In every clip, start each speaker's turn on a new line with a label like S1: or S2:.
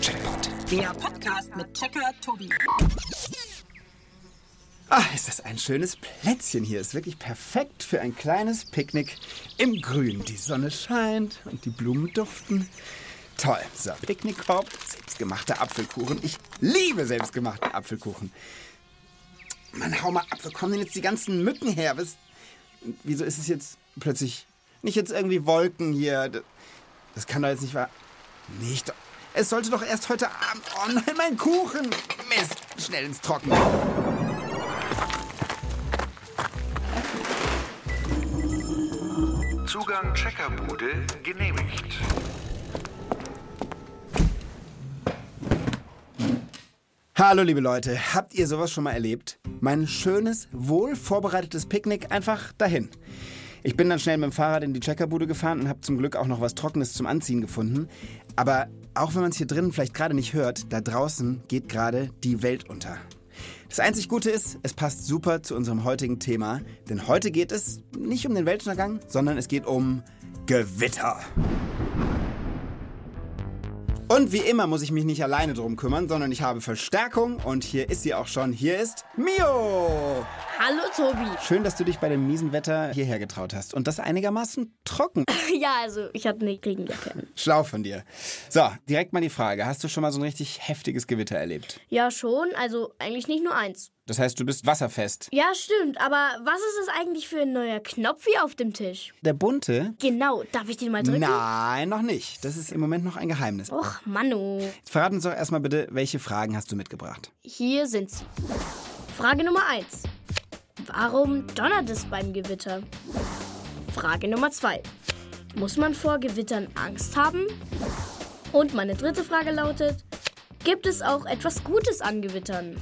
S1: Checkpoint.
S2: Der Podcast mit Checker Tobi.
S1: Ah, ist das ein schönes Plätzchen hier. Ist wirklich perfekt für ein kleines Picknick im Grün. Die Sonne scheint und die Blumen duften. Toll. So, Picknickkorb, selbstgemachter Apfelkuchen. Ich liebe selbstgemachten Apfelkuchen. Mann, hau mal ab. Wo kommen denn jetzt die ganzen Mücken her? Was, wieso ist es jetzt plötzlich nicht jetzt irgendwie Wolken hier? Das, das kann doch jetzt nicht wahr... Nicht... Es sollte doch erst heute Abend... Oh nein, mein Kuchen! Mist! Schnell ins Trockene.
S3: Zugang Checkerbude genehmigt.
S1: Hallo liebe Leute, habt ihr sowas schon mal erlebt? Mein schönes, wohl vorbereitetes Picknick einfach dahin. Ich bin dann schnell mit dem Fahrrad in die Checkerbude gefahren und habe zum Glück auch noch was Trockenes zum Anziehen gefunden. Aber auch wenn man es hier drinnen vielleicht gerade nicht hört, da draußen geht gerade die Welt unter. Das einzig Gute ist, es passt super zu unserem heutigen Thema, denn heute geht es nicht um den Weltuntergang, sondern es geht um Gewitter. Und wie immer muss ich mich nicht alleine drum kümmern, sondern ich habe Verstärkung und hier ist sie auch schon. Hier ist Mio!
S4: Hallo Tobi.
S1: Schön, dass du dich bei dem miesen Wetter hierher getraut hast und das einigermaßen trocken.
S4: Ja, also ich hatte eine Regenjacke.
S1: Schlau von dir. So, direkt mal die Frage. Hast du schon mal so ein richtig heftiges Gewitter erlebt?
S4: Ja, schon. Also eigentlich nicht nur eins.
S1: Das heißt, du bist wasserfest.
S4: Ja, stimmt. Aber was ist es eigentlich für ein neuer Knopf hier auf dem Tisch?
S1: Der bunte?
S4: Genau. Darf ich den mal drücken?
S1: Nein, noch nicht. Das ist im Moment noch ein Geheimnis.
S4: Och, Manu.
S1: Jetzt verrat uns doch erstmal bitte, welche Fragen hast du mitgebracht?
S4: Hier sind sie. Frage Nummer eins. Warum donnert es beim Gewitter? Frage Nummer zwei. Muss man vor Gewittern Angst haben? Und meine dritte Frage lautet, gibt es auch etwas Gutes an Gewittern?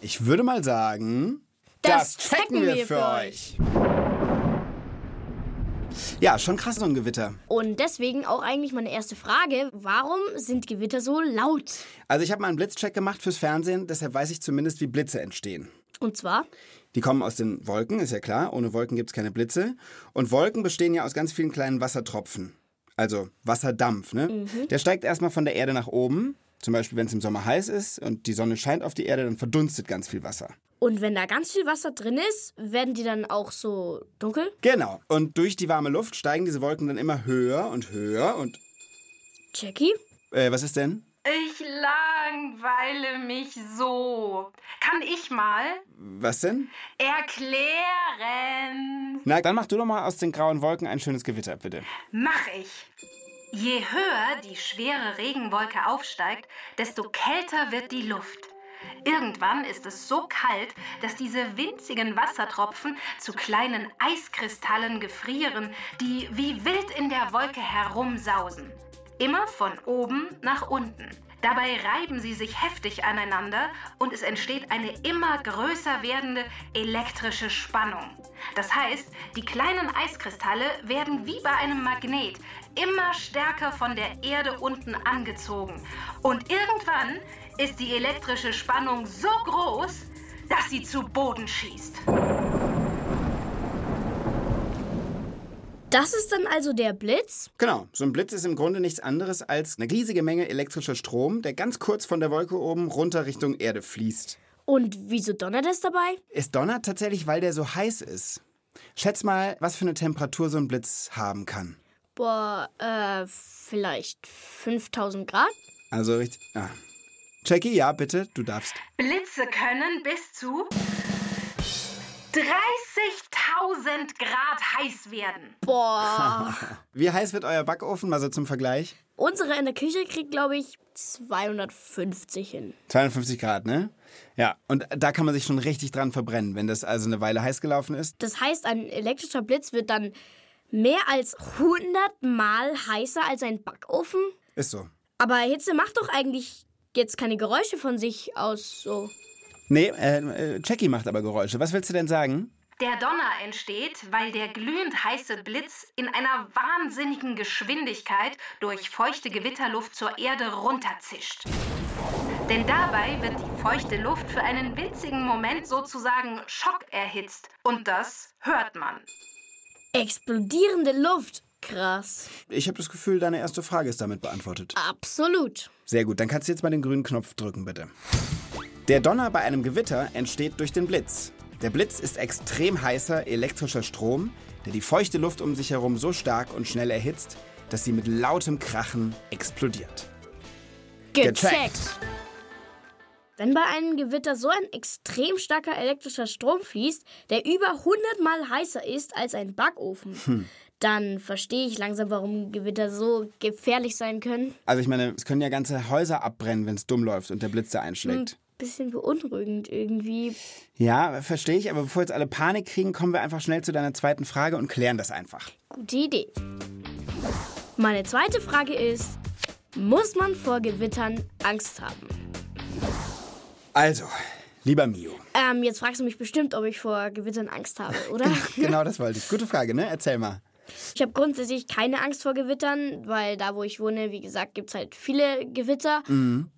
S1: Ich würde mal sagen,
S4: Das checken wir für euch.
S1: Ja, schon krass so ein Gewitter.
S4: Und deswegen auch eigentlich meine erste Frage, warum sind Gewitter so laut?
S1: Also ich habe mal einen Blitzcheck gemacht fürs Fernsehen, deshalb weiß ich zumindest, wie Blitze entstehen.
S4: Und zwar,
S1: Die kommen aus den Wolken, ist ja klar. Ohne Wolken gibt es keine Blitze. Und Wolken bestehen ja aus ganz vielen kleinen Wassertropfen. Also Wasserdampf, ne?
S4: Mhm.
S1: Der steigt erstmal von der Erde nach oben. Zum Beispiel, wenn es im Sommer heiß ist und die Sonne scheint auf die Erde, dann verdunstet ganz viel Wasser.
S4: und wenn da ganz viel Wasser drin ist, werden die dann auch so dunkel?
S1: Genau. Und durch die warme Luft steigen diese Wolken dann immer höher und höher und.
S4: Jackie?
S1: Äh, was ist denn?
S5: Ich langweile mich so. Kann ich mal
S1: Was denn?
S5: erklären?
S1: Na, dann mach du doch mal aus den grauen Wolken ein schönes Gewitter, bitte.
S5: Mach ich. Je höher die schwere Regenwolke aufsteigt, desto kälter wird die Luft. Irgendwann ist es so kalt, dass diese winzigen Wassertropfen zu kleinen Eiskristallen gefrieren, die wie wild in der Wolke herumsausen. Immer von oben nach unten. Dabei reiben sie sich heftig aneinander und es entsteht eine immer größer werdende elektrische Spannung. Das heißt, die kleinen Eiskristalle werden wie bei einem Magnet immer stärker von der Erde unten angezogen. Und irgendwann ist die elektrische Spannung so groß, dass sie zu Boden schießt.
S4: Das ist dann also der Blitz?
S1: Genau, so ein Blitz ist im Grunde nichts anderes als eine riesige Menge elektrischer Strom, der ganz kurz von der Wolke oben runter Richtung Erde fließt.
S4: Und wieso donnert es dabei?
S1: Es donnert tatsächlich, weil der so heiß ist. Schätz mal, was für eine Temperatur so ein Blitz haben kann.
S4: Boah, äh, vielleicht 5000 Grad?
S1: Also richtig. Ah. Jackie, ja, bitte, du darfst.
S5: Blitze können bis zu 30.000 Grad heiß werden.
S4: Boah.
S1: Wie heiß wird euer Backofen? Mal so zum Vergleich.
S4: Unsere in der Küche kriegt, glaube ich, 250 hin.
S1: 250 Grad, ne? Ja, und da kann man sich schon richtig dran verbrennen, wenn das also eine Weile heiß gelaufen ist.
S4: Das heißt, ein elektrischer Blitz wird dann mehr als 100 Mal heißer als ein Backofen.
S1: Ist so.
S4: Aber Hitze macht doch eigentlich jetzt keine Geräusche von sich aus so.
S1: Nee, äh, äh, Jackie macht aber Geräusche. Was willst du denn sagen?
S5: Der Donner entsteht, weil der glühend heiße Blitz in einer wahnsinnigen Geschwindigkeit durch feuchte Gewitterluft zur Erde runterzischt. Denn dabei wird die feuchte Luft für einen winzigen Moment sozusagen schockerhitzt. Und das hört man.
S4: Explodierende Luft. Krass.
S1: Ich habe das Gefühl, deine erste Frage ist damit beantwortet.
S4: Absolut.
S1: Sehr gut, dann kannst du jetzt mal den grünen Knopf drücken, bitte. Der Donner bei einem Gewitter entsteht durch den Blitz. Der Blitz ist extrem heißer elektrischer Strom, der die feuchte Luft um sich herum so stark und schnell erhitzt, dass sie mit lautem Krachen explodiert. Gecheckt.
S4: Wenn bei einem Gewitter so ein extrem starker elektrischer Strom fließt, der über 100 Mal heißer ist als ein Backofen, dann verstehe ich langsam, warum Gewitter so gefährlich sein können.
S1: Also ich meine, es können ja ganze Häuser abbrennen, wenn es dumm läuft und der Blitz da einschlägt.
S4: Hm. Bisschen beunruhigend irgendwie.
S1: Ja, verstehe ich, aber bevor jetzt alle Panik kriegen, kommen wir einfach schnell zu deiner zweiten Frage und klären das einfach.
S4: Gute Idee. Meine zweite Frage ist, muss man vor Gewittern Angst haben?
S1: Also, lieber Mio.
S4: Ähm, jetzt fragst du mich bestimmt, ob ich vor Gewittern Angst habe, oder?
S1: Genau das wollte ich. Gute Frage, ne? Erzähl mal.
S4: Ich habe grundsätzlich keine Angst vor Gewittern, weil da, wo ich wohne, wie gesagt, gibt es halt viele Gewitter.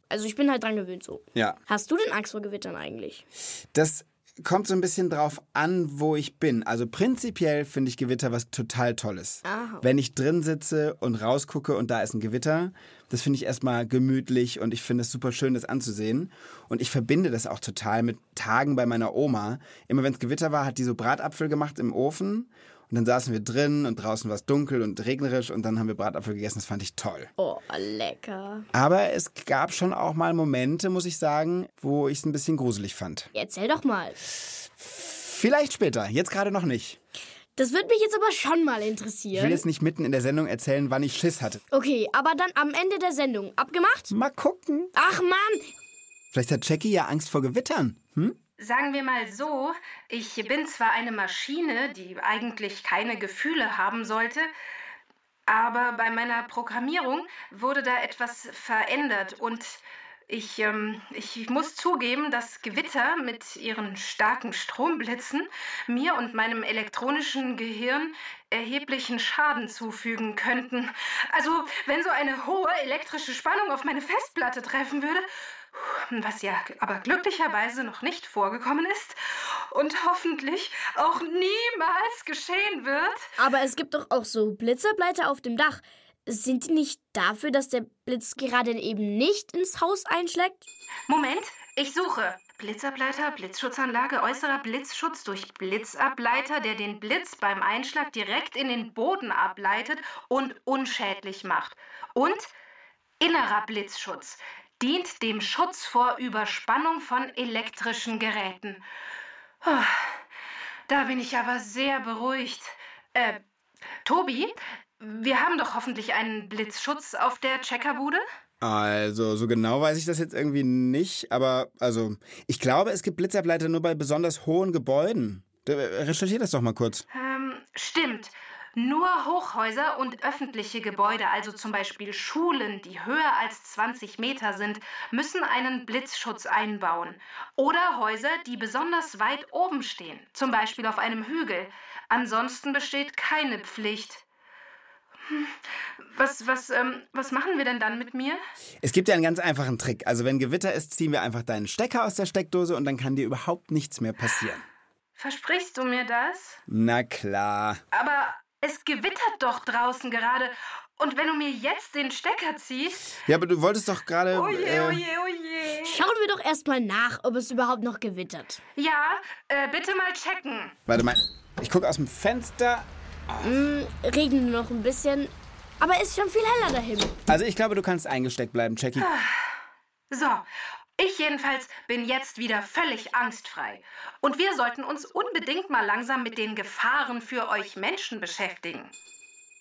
S4: Also ich bin halt dran gewöhnt so.
S1: Mhm. Ja.
S4: Hast du denn Angst vor Gewittern eigentlich?
S1: Das kommt so ein bisschen drauf an, wo ich bin. Also prinzipiell finde ich Gewitter was total Tolles.
S4: Aha.
S1: Wenn ich drin sitze und rausgucke und da ist ein Gewitter, das finde ich erstmal gemütlich und ich finde es super schön, das anzusehen. Und ich verbinde das auch total mit Tagen bei meiner Oma. Immer wenn es Gewitter war, hat die so Bratapfel gemacht im Ofen. Und dann saßen wir drin und draußen war es dunkel und regnerisch und dann haben wir Bratapfel gegessen. Das fand ich toll.
S4: Oh, lecker.
S1: Aber es gab schon auch mal Momente, muss ich sagen, wo ich es ein bisschen gruselig fand.
S4: Erzähl doch mal.
S1: Vielleicht später, jetzt gerade noch nicht.
S4: Das wird mich jetzt aber schon mal
S1: Ich will
S4: interessieren.
S1: jetzt nicht mitten in der Sendung erzählen, wann ich Schiss hatte.
S4: Okay, aber dann am Ende der Sendung. Abgemacht?
S1: Mal gucken.
S4: Ach Mann,
S1: Vielleicht hat Jackie ja Angst vor Gewittern. Hm?
S5: Sagen wir mal so, ich bin zwar eine Maschine, die eigentlich keine Gefühle haben sollte, aber bei meiner Programmierung wurde da etwas verändert und ich, ähm, ich muss zugeben, dass Gewitter mit ihren starken Stromblitzen mir und meinem elektronischen Gehirn erheblichen Schaden zufügen könnten. Also wenn so eine hohe elektrische Spannung auf meine Festplatte treffen würde, was ja aber glücklicherweise noch nicht vorgekommen ist und hoffentlich auch niemals geschehen wird,
S4: aber es gibt doch auch so Blitzerbleiter auf dem Dach. Sind die nicht dafür, dass der Blitz gerade eben nicht ins Haus einschlägt?
S5: Moment, ich suche. Blitzableiter, Blitzschutzanlage, äußerer Blitzschutz durch Blitzableiter, der den Blitz beim Einschlag direkt in den Boden ableitet und unschädlich macht. Und innerer Blitzschutz dient dem Schutz vor Überspannung von elektrischen Geräten. Puh, Da bin ich aber sehr beruhigt. Äh, Tobi, wir haben doch hoffentlich einen Blitzschutz auf der Checkerbude?
S1: Also, so genau weiß ich das jetzt irgendwie nicht, aber also, ich glaube, es gibt Blitzableiter nur bei besonders hohen Gebäuden. Da- äh, Recherchier das doch mal kurz.
S5: Ähm, stimmt. Nur Hochhäuser und öffentliche Gebäude, also zum Beispiel Schulen, die höher als 20 Meter sind, müssen einen Blitzschutz einbauen. Oder Häuser, die besonders weit oben stehen, zum Beispiel auf einem Hügel. Ansonsten besteht keine Pflicht. Hm, Was, was, ähm, was machen wir denn dann mit mir?
S1: Es gibt ja einen ganz einfachen Trick. Also, wenn Gewitter ist, ziehen wir einfach deinen Stecker aus der Steckdose und dann kann dir überhaupt nichts mehr passieren.
S5: Versprichst du mir das?
S1: Na klar.
S5: Aber es gewittert doch draußen gerade. Und wenn du mir jetzt den Stecker ziehst.
S1: Ja, aber du wolltest doch gerade.
S5: Oje,
S1: äh,
S5: oje, oje.
S4: Schauen wir doch erstmal nach, ob es überhaupt noch gewittert.
S5: Ja, äh, bitte mal checken.
S1: Warte mal. Ich gucke aus dem Fenster.
S4: Regnet nur noch ein bisschen, aber ist schon viel heller da Himmel.
S1: Also, ich glaube, du kannst eingesteckt bleiben, Jackie.
S5: So, ich jedenfalls bin jetzt wieder völlig angstfrei. Und wir sollten uns unbedingt mal langsam mit den Gefahren für euch Menschen beschäftigen.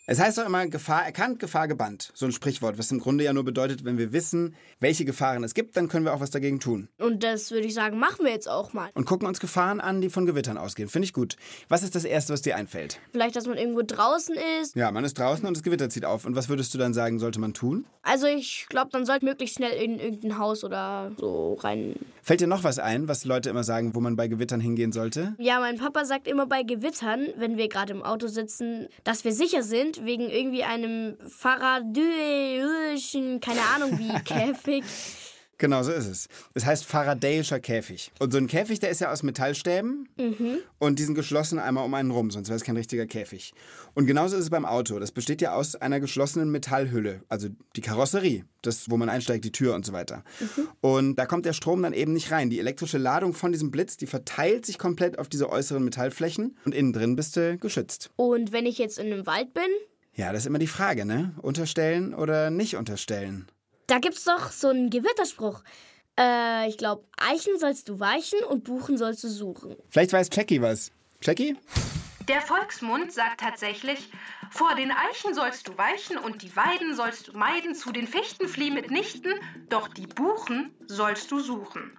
S1: Es heißt doch immer, Gefahr erkannt, Gefahr gebannt. So ein Sprichwort, was im Grunde ja nur bedeutet, wenn wir wissen, welche Gefahren es gibt, dann können wir auch was dagegen tun.
S4: Und das würde ich sagen, machen wir jetzt auch mal.
S1: Und gucken uns Gefahren an, die von Gewittern ausgehen. Finde ich gut. Was ist das Erste, was dir einfällt?
S4: Vielleicht, dass man irgendwo draußen ist.
S1: Ja, man ist draußen und das Gewitter zieht auf. Und was würdest du dann sagen, sollte man tun?
S4: Also ich glaube, dann sollte möglichst schnell in irgendein Haus oder so rein.
S1: Fällt dir noch was ein, was Leute immer sagen, wo man bei Gewittern hingehen sollte?
S4: Ja, mein Papa sagt immer bei Gewittern, wenn wir gerade im Auto sitzen, dass wir sicher sind wegen irgendwie einem faradöischen, keine Ahnung wie, Käfig.
S1: Genau, so ist es. Es heißt Faradayischer Käfig. Und so ein Käfig, der ist ja aus Metallstäben und die sind geschlossen einmal um einen rum, sonst wäre es kein richtiger Käfig. Und genauso ist es beim Auto. Das besteht ja aus einer geschlossenen Metallhülle, also die Karosserie, das, wo man einsteigt, die Tür und so weiter. Und da kommt der Strom dann eben nicht rein. Die elektrische Ladung von diesem Blitz, die verteilt sich komplett auf diese äußeren Metallflächen und innen drin bist du geschützt.
S4: Und wenn ich jetzt in einem Wald bin,
S1: Ja, das ist immer die Frage, ne? Unterstellen oder nicht unterstellen?
S4: da gibt's doch so einen Gewitterspruch. Äh, ich glaube, Eichen sollst du weichen und Buchen sollst du suchen.
S1: Vielleicht weiß Jackie was. Jackie?
S5: Der Volksmund sagt tatsächlich, vor den Eichen sollst du weichen und die Weiden sollst du meiden, zu den Fichten flieh mitnichten, doch die Buchen sollst du suchen.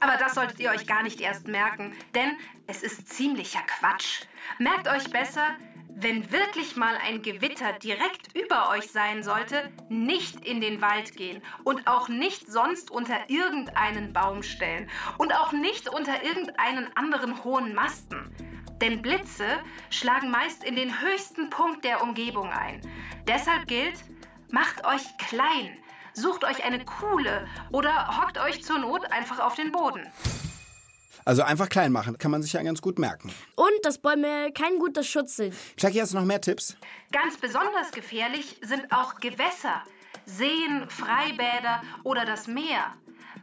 S5: Aber das solltet ihr euch gar nicht erst merken, denn es ist ziemlicher Quatsch. Merkt euch besser, wenn wirklich mal ein Gewitter direkt über euch sein sollte, nicht in den Wald gehen und auch nicht sonst unter irgendeinen Baum stellen und auch nicht unter irgendeinen anderen hohen Masten. Denn Blitze schlagen meist in den höchsten Punkt der Umgebung ein. Deshalb gilt, macht euch klein, sucht euch eine Kuhle oder hockt euch zur Not einfach auf den Boden.
S1: Also einfach klein machen, kann man sich ja ganz gut merken.
S4: Und dass Bäume kein guter Schutz sind.
S1: Jackie, hast du noch mehr Tipps?
S5: Ganz besonders gefährlich sind auch Gewässer, Seen, Freibäder oder das Meer.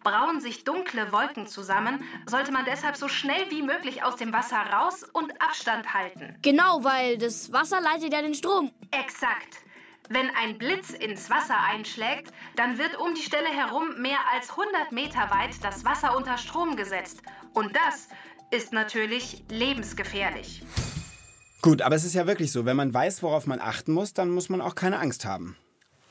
S5: Brauen sich dunkle Wolken zusammen, sollte man deshalb so schnell wie möglich aus dem Wasser raus und Abstand halten.
S4: Genau, weil das Wasser leitet ja den Strom.
S5: Exakt. Wenn ein Blitz ins Wasser einschlägt, dann wird um die Stelle herum mehr als 100 Meter weit das Wasser unter Strom gesetzt. Und das ist natürlich lebensgefährlich.
S1: Gut, aber es ist ja wirklich so, wenn man weiß, worauf man achten muss, dann muss man auch keine Angst haben.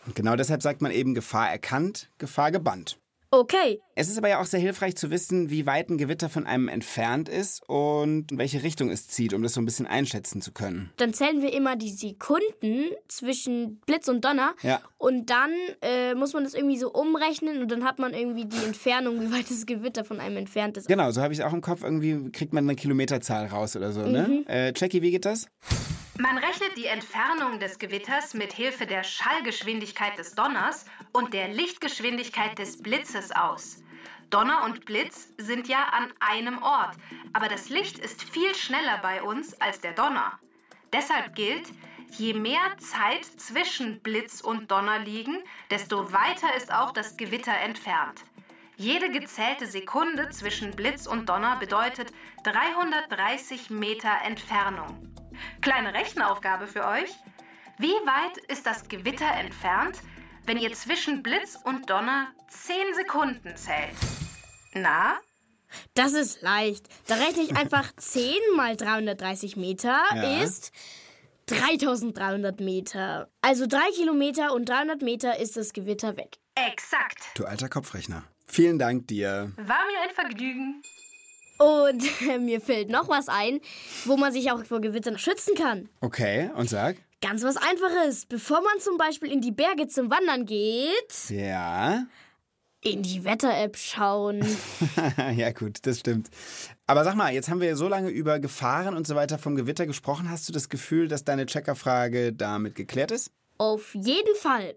S1: Und genau deshalb sagt man eben Gefahr erkannt, Gefahr gebannt.
S4: Okay,
S1: Es ist aber ja auch sehr hilfreich zu wissen, wie weit ein Gewitter von einem entfernt ist und in welche Richtung es zieht, um das so ein bisschen einschätzen zu können.
S4: dann zählen wir immer die Sekunden zwischen Blitz und Donner.
S1: Ja.
S4: Und dann äh, muss man das irgendwie so umrechnen und dann hat man irgendwie die Entfernung, wie weit das Gewitter von einem entfernt ist.
S1: Genau, so habe ich es auch im Kopf. Irgendwie kriegt man eine Kilometerzahl raus oder so, ne? Äh, Jackie, wie geht das?
S5: Man rechnet die Entfernung des Gewitters mit Hilfe der Schallgeschwindigkeit des Donners und der Lichtgeschwindigkeit des Blitzes aus. Donner und Blitz sind ja an einem Ort, aber das Licht ist viel schneller bei uns als der Donner. Deshalb gilt, je mehr Zeit zwischen Blitz und Donner liegen, desto weiter ist auch das Gewitter entfernt. Jede gezählte Sekunde zwischen Blitz und Donner bedeutet 330 Meter Entfernung. Kleine Rechenaufgabe für euch. Wie weit ist das Gewitter entfernt, wenn ihr zwischen Blitz und Donner 10 Sekunden zählt? Na,
S4: Das ist leicht. Da rechne ich einfach 10 mal 330 Meter
S1: Ja.
S4: ist 3300 Meter. Also 3 Kilometer und 300 Meter ist das Gewitter weg.
S5: exakt.
S1: Du alter Kopfrechner. Vielen Dank dir.
S5: War mir ein Vergnügen.
S4: Und mir fällt noch was ein, wo man sich auch vor Gewittern schützen kann.
S1: Okay, und sag?
S4: Ganz was Einfaches. Bevor man zum Beispiel in die Berge zum Wandern geht,
S1: Ja.
S4: in die Wetter-App schauen.
S1: ja, gut, das stimmt. Aber sag mal, jetzt haben wir ja so lange über Gefahren und so weiter vom Gewitter gesprochen. Hast du das Gefühl, dass deine Checkerfrage damit geklärt ist?
S4: Auf jeden Fall.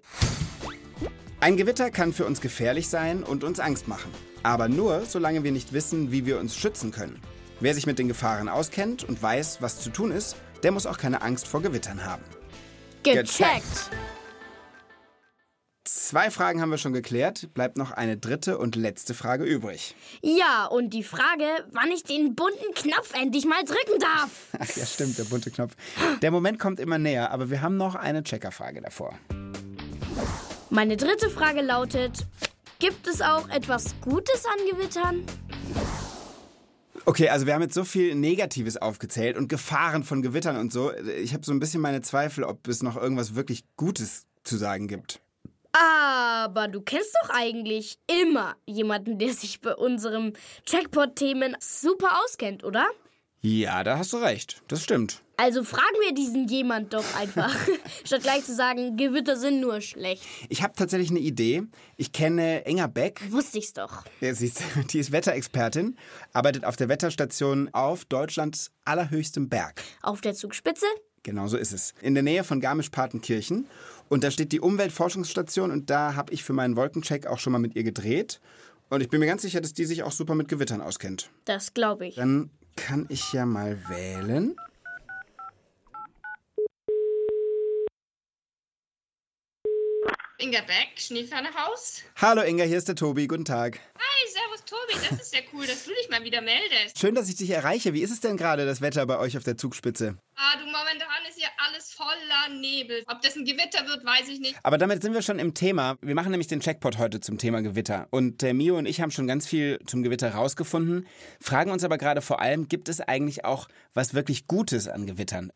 S1: Ein Gewitter kann für uns gefährlich sein und uns Angst machen. Aber nur, solange wir nicht wissen, wie wir uns schützen können. Wer sich mit den Gefahren auskennt und weiß, was zu tun ist, der muss auch keine Angst vor Gewittern haben.
S4: Gecheckt.
S1: Zwei Fragen haben wir schon geklärt, bleibt noch eine dritte und letzte Frage übrig.
S4: Ja, und die Frage, wann ich den bunten Knopf endlich mal drücken darf.
S1: Ach ja, stimmt, der bunte Knopf. Der Moment kommt immer näher, aber wir haben noch eine Checkerfrage davor.
S4: Meine dritte Frage lautet: Gibt es auch etwas Gutes an Gewittern?
S1: Okay, also wir haben jetzt so viel Negatives aufgezählt und Gefahren von Gewittern und so. Ich habe so ein bisschen meine Zweifel, ob es noch irgendwas wirklich Gutes zu sagen gibt.
S4: Aber du kennst doch eigentlich immer jemanden, der sich bei unserem Checkpot-Themen super auskennt, oder?
S1: Ja, da hast du recht. Das stimmt.
S4: Also fragen wir diesen jemand doch einfach, statt gleich zu sagen, Gewitter sind nur schlecht.
S1: Ich habe tatsächlich eine Idee. Ich kenne Enger Beck.
S4: Wusste ich's doch.
S1: Ja, sie ist, die ist Wetterexpertin, arbeitet auf der Wetterstation auf Deutschlands allerhöchstem Berg.
S4: Auf der Zugspitze?
S1: Genau so ist es. In der Nähe von Garmisch-Partenkirchen. Und da steht die Umweltforschungsstation und da habe ich für meinen Wolkencheck auch schon mal mit ihr gedreht. Und ich bin mir ganz sicher, dass die sich auch super mit Gewittern auskennt.
S4: Das glaube ich.
S1: Dann kann ich ja mal wählen.
S6: Inga Beck, Schneefernehaus.
S1: Hallo Inga, hier ist der Tobi. Guten Tag.
S6: Hi, servus Tobi, das ist ja cool, dass du dich mal wieder meldest.
S1: Schön, dass ich dich erreiche. Wie ist es denn gerade das Wetter bei euch auf der Zugspitze?
S6: Ah, du, momentan ist hier alles voller Nebel. Ob das ein Gewitter wird, weiß ich nicht.
S1: Aber damit sind wir schon im Thema. Wir machen nämlich den Checkpot heute zum Thema Gewitter. Und der Mio und ich haben schon ganz viel zum Gewitter rausgefunden, fragen uns aber gerade vor allem, gibt es eigentlich auch was wirklich Gutes an Gewittern?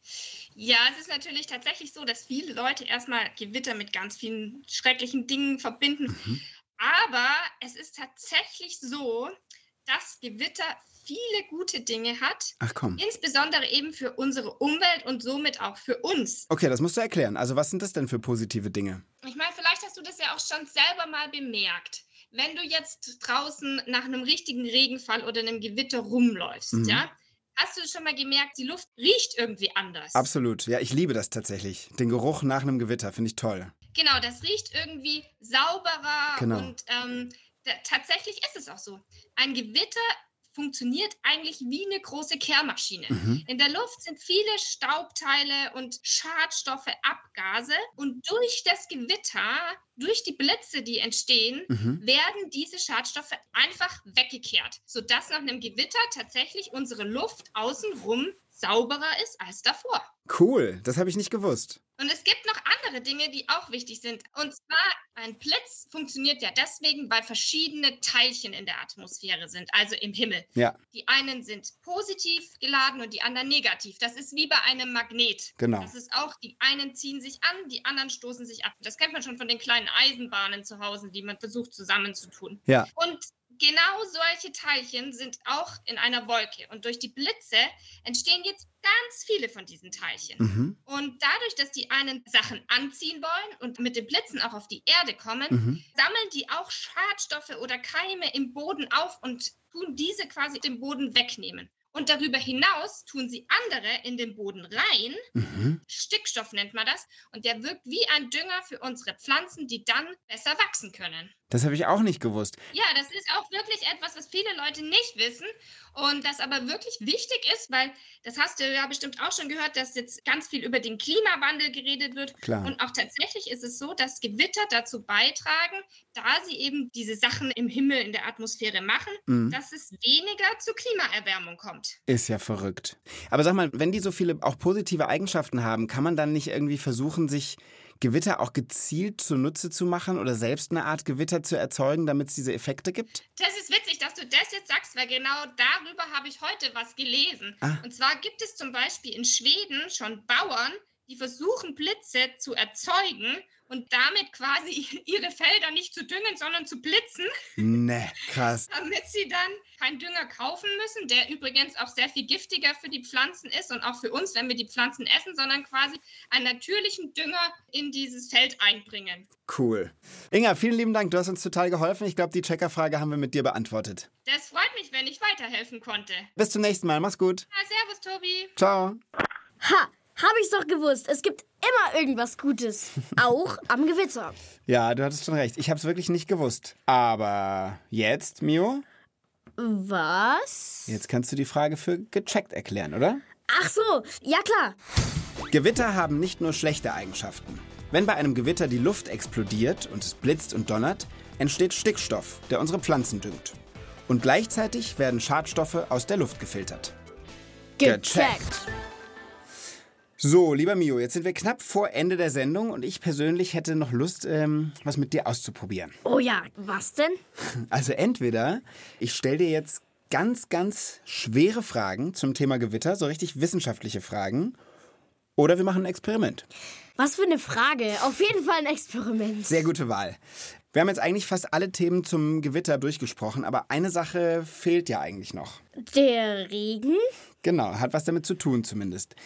S6: Ja, es ist natürlich tatsächlich so, dass viele Leute erstmal Gewitter mit ganz vielen schrecklichen Dingen verbinden. Aber es ist tatsächlich so, dass Gewitter viele gute Dinge hat,
S1: Ach komm.
S6: insbesondere eben für unsere Umwelt und somit auch für uns.
S1: Okay, das musst du erklären. Also was sind das denn für positive Dinge?
S6: Ich meine, vielleicht hast du das ja auch schon selber mal bemerkt. Wenn du jetzt draußen nach einem richtigen Regenfall oder einem Gewitter rumläufst,
S1: Mhm.
S6: ja, hast du schon mal gemerkt, die Luft riecht irgendwie anders.
S1: Absolut. Ja, ich liebe das tatsächlich. Den Geruch nach einem Gewitter finde ich toll.
S6: Genau, das riecht irgendwie sauberer
S1: Genau.
S6: und ähm, da, tatsächlich ist es auch so. Ein Gewitter funktioniert eigentlich wie eine große Kehrmaschine.
S1: Mhm.
S6: In der Luft sind viele Staubteile und Schadstoffe, Abgase und durch das Gewitter, durch die Blitze, die entstehen,
S1: Mhm.
S6: werden diese Schadstoffe einfach weggekehrt, sodass nach einem Gewitter tatsächlich unsere Luft außenrum sauberer ist als davor.
S1: Cool, das habe ich nicht gewusst.
S6: Und es gibt noch andere Dinge, die auch wichtig sind. Und zwar, ein Blitz funktioniert ja deswegen, weil verschiedene Teilchen in der Atmosphäre sind, also im Himmel.
S1: Ja,
S6: Die einen sind positiv geladen und die anderen negativ. Das ist wie bei einem Magnet.
S1: genau.
S6: Das ist auch, die einen ziehen sich an, die anderen stoßen sich ab. Das kennt man schon von den kleinen Eisenbahnen zu Hause, die man versucht zusammenzutun.
S1: Ja.
S6: Und genau solche Teilchen sind auch in einer Wolke. Und durch die Blitze entstehen jetzt ganz viele von diesen Teilchen.
S1: Mhm.
S6: Und dadurch, dass die einen Sachen anziehen wollen und mit den Blitzen auch auf die Erde kommen,
S1: Mhm.
S6: sammeln die auch Schadstoffe oder Keime im Boden auf und tun diese quasi dem Boden wegnehmen. Und darüber hinaus tun sie andere in den Boden rein.
S1: Mhm.
S6: Stickstoff nennt man das. Und der wirkt wie ein Dünger für unsere Pflanzen, die dann besser wachsen können.
S1: Das habe ich auch nicht gewusst.
S6: Ja, das ist auch wirklich etwas, was viele Leute nicht wissen und das aber wirklich wichtig ist, weil das hast du ja bestimmt auch schon gehört, dass jetzt ganz viel über den Klimawandel geredet wird.
S1: Klar.
S6: Und auch tatsächlich ist es so, dass Gewitter dazu beitragen, da sie eben diese Sachen im Himmel, in der Atmosphäre machen,
S1: Mhm.
S6: dass es weniger zur Klimaerwärmung kommt.
S1: Ist ja verrückt. Aber sag mal, wenn die so viele auch positive Eigenschaften haben, kann man dann nicht irgendwie versuchen, sich Gewitter auch gezielt zunutze zu machen oder selbst eine Art Gewitter zu erzeugen, damit es diese Effekte gibt?
S6: Das ist witzig, dass du das jetzt sagst, weil genau darüber habe ich heute was gelesen.
S1: Ah.
S6: Und zwar gibt es zum Beispiel in Schweden schon Bauern, die versuchen, Blitze zu erzeugen und damit quasi ihre Felder nicht zu düngen, sondern zu blitzen,
S1: Ne, krass.
S6: damit sie dann keinen Dünger kaufen müssen, der übrigens auch sehr viel giftiger für die Pflanzen ist und auch für uns, wenn wir die Pflanzen essen, sondern quasi einen natürlichen Dünger in dieses Feld einbringen.
S1: Cool. Inga, vielen lieben Dank. Du hast uns total geholfen. Ich glaube, die Checkerfrage haben wir mit dir beantwortet.
S6: Das freut mich, wenn ich weiterhelfen konnte.
S1: Bis zum nächsten Mal. Mach's gut.
S6: Na, servus, Tobi.
S1: Ciao.
S4: Ha, habe ich's doch gewusst. Es gibt immer irgendwas Gutes. Auch am Gewitter.
S1: Ja, du hattest schon recht. Ich habe es wirklich nicht gewusst. Aber jetzt, Mio,
S4: Was?
S1: jetzt kannst du die Frage für gecheckt erklären, oder?
S4: Ach so, ja klar.
S1: Gewitter haben nicht nur schlechte Eigenschaften. Wenn bei einem Gewitter die Luft explodiert und es blitzt und donnert, entsteht Stickstoff, der unsere Pflanzen düngt. Und gleichzeitig werden Schadstoffe aus der Luft gefiltert. So, lieber Mio, jetzt sind wir knapp vor Ende der Sendung und ich persönlich hätte noch Lust, ähm, was mit dir auszuprobieren.
S4: Oh ja, was denn?
S1: Also entweder ich stelle dir jetzt ganz, ganz schwere Fragen zum Thema Gewitter, so richtig wissenschaftliche Fragen, oder wir machen ein Experiment.
S4: Was für eine Frage. Auf jeden Fall ein Experiment.
S1: Sehr gute Wahl. Wir haben jetzt eigentlich fast alle Themen zum Gewitter durchgesprochen, aber eine Sache fehlt ja eigentlich noch.
S4: Der Regen?
S1: Genau, hat was damit zu tun zumindest.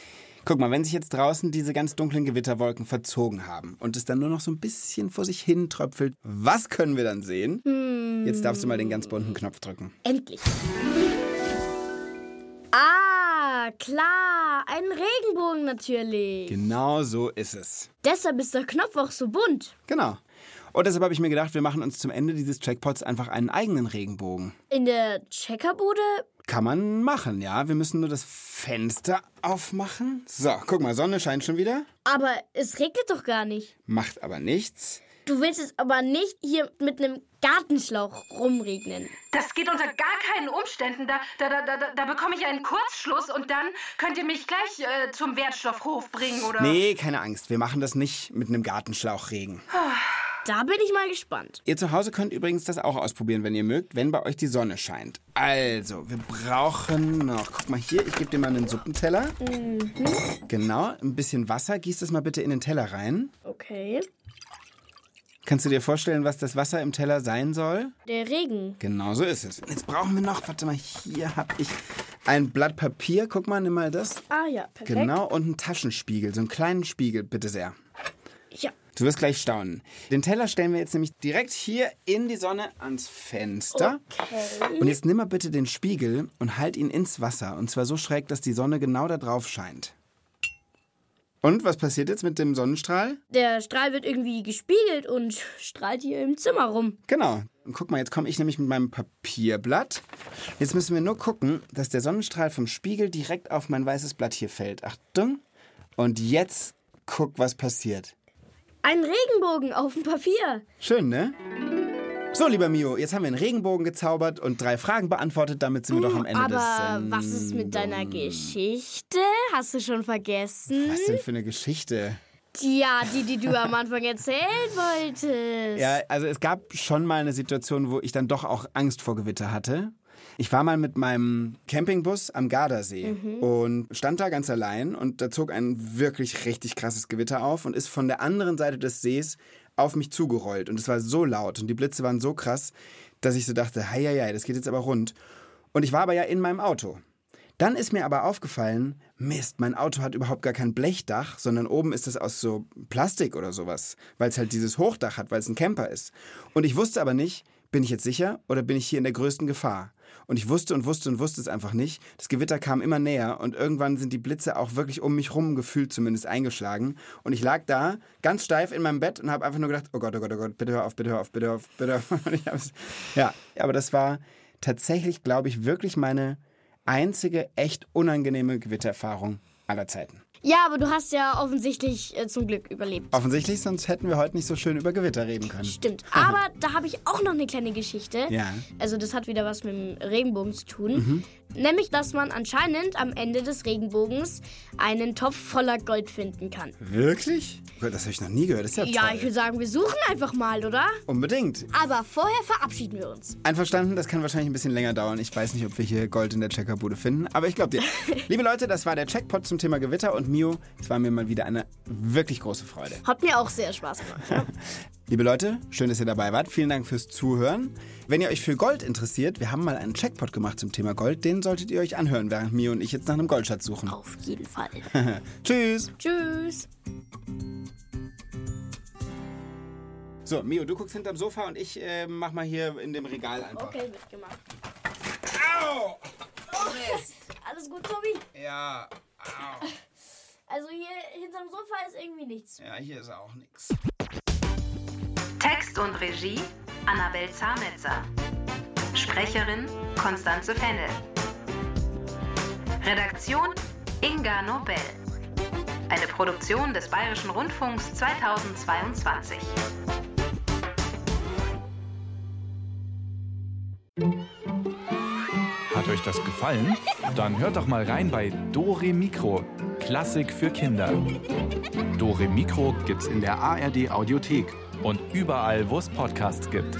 S1: Guck mal, wenn sich jetzt draußen diese ganz dunklen Gewitterwolken verzogen haben und es dann nur noch so ein bisschen vor sich hin tröpfelt, was können wir dann sehen? Jetzt darfst du mal den ganz bunten Knopf drücken.
S4: Endlich. Ah, klar, einen Regenbogen natürlich.
S1: Genau so ist es.
S4: Deshalb ist der Knopf auch so bunt.
S1: Genau. Und deshalb habe ich mir gedacht, wir machen uns zum Ende dieses Checkpots einfach einen eigenen Regenbogen.
S4: In der Checkerbude?
S1: Kann man machen, ja. Wir müssen nur das Fenster aufmachen. So, guck mal, Sonne scheint schon wieder.
S4: Aber es regnet doch gar nicht.
S1: Macht aber nichts.
S4: Du willst es aber nicht hier mit einem Gartenschlauch rumregnen.
S5: Das geht unter gar keinen Umständen. Da, da, da, da, da bekomme ich einen Kurzschluss und dann könnt ihr mich gleich äh, zum Wertstoffhof bringen, oder?
S1: Nee, keine Angst. Wir machen das nicht mit einem Gartenschlauchregen.
S4: Da bin ich mal gespannt.
S1: Ihr zu Hause könnt übrigens das auch ausprobieren, wenn ihr mögt, wenn bei euch die Sonne scheint. Also, wir brauchen noch. Guck mal hier, ich gebe dir mal einen Suppenteller. Genau, ein bisschen Wasser. Gieß das mal bitte in den Teller rein.
S4: Okay.
S1: Kannst du dir vorstellen, was das Wasser im Teller sein soll?
S4: Der Regen.
S1: Genau so ist es. Jetzt brauchen wir noch, warte mal, hier habe ich ein Blatt Papier. Guck mal, nimm mal das.
S4: Ah ja, perfekt.
S1: Genau, und einen Taschenspiegel, so einen kleinen Spiegel, bitte sehr.
S4: Ja.
S1: Du wirst gleich staunen. Den Teller stellen wir jetzt nämlich direkt hier in die Sonne ans Fenster.
S4: Okay.
S1: Und jetzt nimm mal bitte den Spiegel und halt ihn ins Wasser. Und zwar so schräg, dass die Sonne genau da drauf scheint. Und was passiert jetzt mit dem Sonnenstrahl?
S4: Der Strahl wird irgendwie gespiegelt und strahlt hier im Zimmer rum.
S1: Genau. Und guck mal, jetzt komme ich nämlich mit meinem Papierblatt. Jetzt müssen wir nur gucken, dass der Sonnenstrahl vom Spiegel direkt auf mein weißes Blatt hier fällt. Achtung. Und jetzt guck, was passiert.
S4: Ein Regenbogen auf dem Papier.
S1: Schön, ne? So, lieber Mio, jetzt haben wir einen Regenbogen gezaubert und drei Fragen beantwortet. Damit sind wir doch am Ende des...
S4: Uh, Aber
S1: Sendung.
S4: was ist mit deiner Geschichte? Hast du schon vergessen?
S1: Was denn für eine Geschichte?
S4: Ja, die, die du am Anfang erzählen wolltest.
S1: Ja, also es gab schon mal eine Situation, wo ich dann doch auch Angst vor Gewitter hatte. Ich war mal mit meinem Campingbus am Gardasee und stand da ganz allein und da zog ein wirklich richtig krasses Gewitter auf und ist von der anderen Seite des Sees auf mich zugerollt und es war so laut und die Blitze waren so krass, dass ich so dachte, hei, hei, hei, das geht jetzt aber rund. Und ich war aber ja in meinem Auto. Dann ist mir aber aufgefallen, Mist, mein Auto hat überhaupt gar kein Blechdach, sondern oben ist es aus so Plastik oder sowas, weil es halt dieses Hochdach hat, weil es ein Camper ist. Und ich wusste aber nicht, bin ich jetzt sicher oder bin ich hier in der größten Gefahr? Und ich wusste und wusste und wusste es einfach nicht. Das Gewitter kam immer näher und irgendwann sind die Blitze auch wirklich um mich rum gefühlt zumindest eingeschlagen. Und ich lag da ganz steif in meinem Bett und habe einfach nur gedacht, oh Gott, oh Gott, oh Gott, bitte hör auf, bitte hör auf, bitte hör auf, bitte hör auf. Und ich hab's- ja, aber das war tatsächlich, glaube ich, wirklich meine einzige echt unangenehme Gewittererfahrung aller Zeiten.
S4: Ja, aber du hast ja offensichtlich äh, zum Glück überlebt.
S1: Offensichtlich, sonst hätten wir heute nicht so schön über Gewitter reden können.
S4: Stimmt. Aber da habe ich auch noch eine kleine Geschichte.
S1: Ja. Mhm.
S4: Also das hat wieder was mit dem Regenbogen zu tun. Nämlich, dass man anscheinend am Ende des Regenbogens einen Topf voller Gold finden kann.
S1: Wirklich? Gott, das habe ich noch nie gehört. Das ist ja,
S4: Ja,
S1: toll.
S4: ich würde sagen, wir suchen einfach mal, oder?
S1: Unbedingt.
S4: Aber vorher verabschieden wir uns.
S1: Einverstanden, das kann wahrscheinlich ein bisschen länger dauern. Ich weiß nicht, ob wir hier Gold in der Checkerbude finden, aber ich glaube dir. Liebe Leute, das war der Checkpot zum Thema Gewitter und Mio. Es war mir mal wieder eine wirklich große Freude.
S4: Hat mir auch sehr Spaß gemacht. Ja?
S1: Liebe Leute, schön, dass ihr dabei wart. Vielen Dank fürs Zuhören. Wenn ihr euch für Gold interessiert, wir haben mal einen Checkpot gemacht zum Thema Gold. Den solltet ihr euch anhören, während Mio und ich jetzt nach einem Goldschatz suchen.
S4: Auf jeden Fall.
S1: Tschüss.
S4: Tschüss.
S1: So, Mio, du guckst hinterm Sofa und ich äh, mach mal hier in dem Regal einfach.
S4: Okay, wird gemacht.
S1: Au!
S4: Alles gut, Tobi?
S1: Ja, au.
S4: Also hier hinterm Sofa ist irgendwie nichts.
S1: Ja, hier ist auch nichts.
S5: Text und Regie Annabel Zahnetzer. Sprecherin Konstanze Fennel. Redaktion Inga Nobel. Eine Produktion des Bayerischen Rundfunks 2022.
S7: Hat euch das gefallen? Dann hört doch mal rein bei Dore Mikro, Klassik für Kinder. Dore Mikro gibt's in der ARD Audiothek und überall, wo es Podcasts gibt.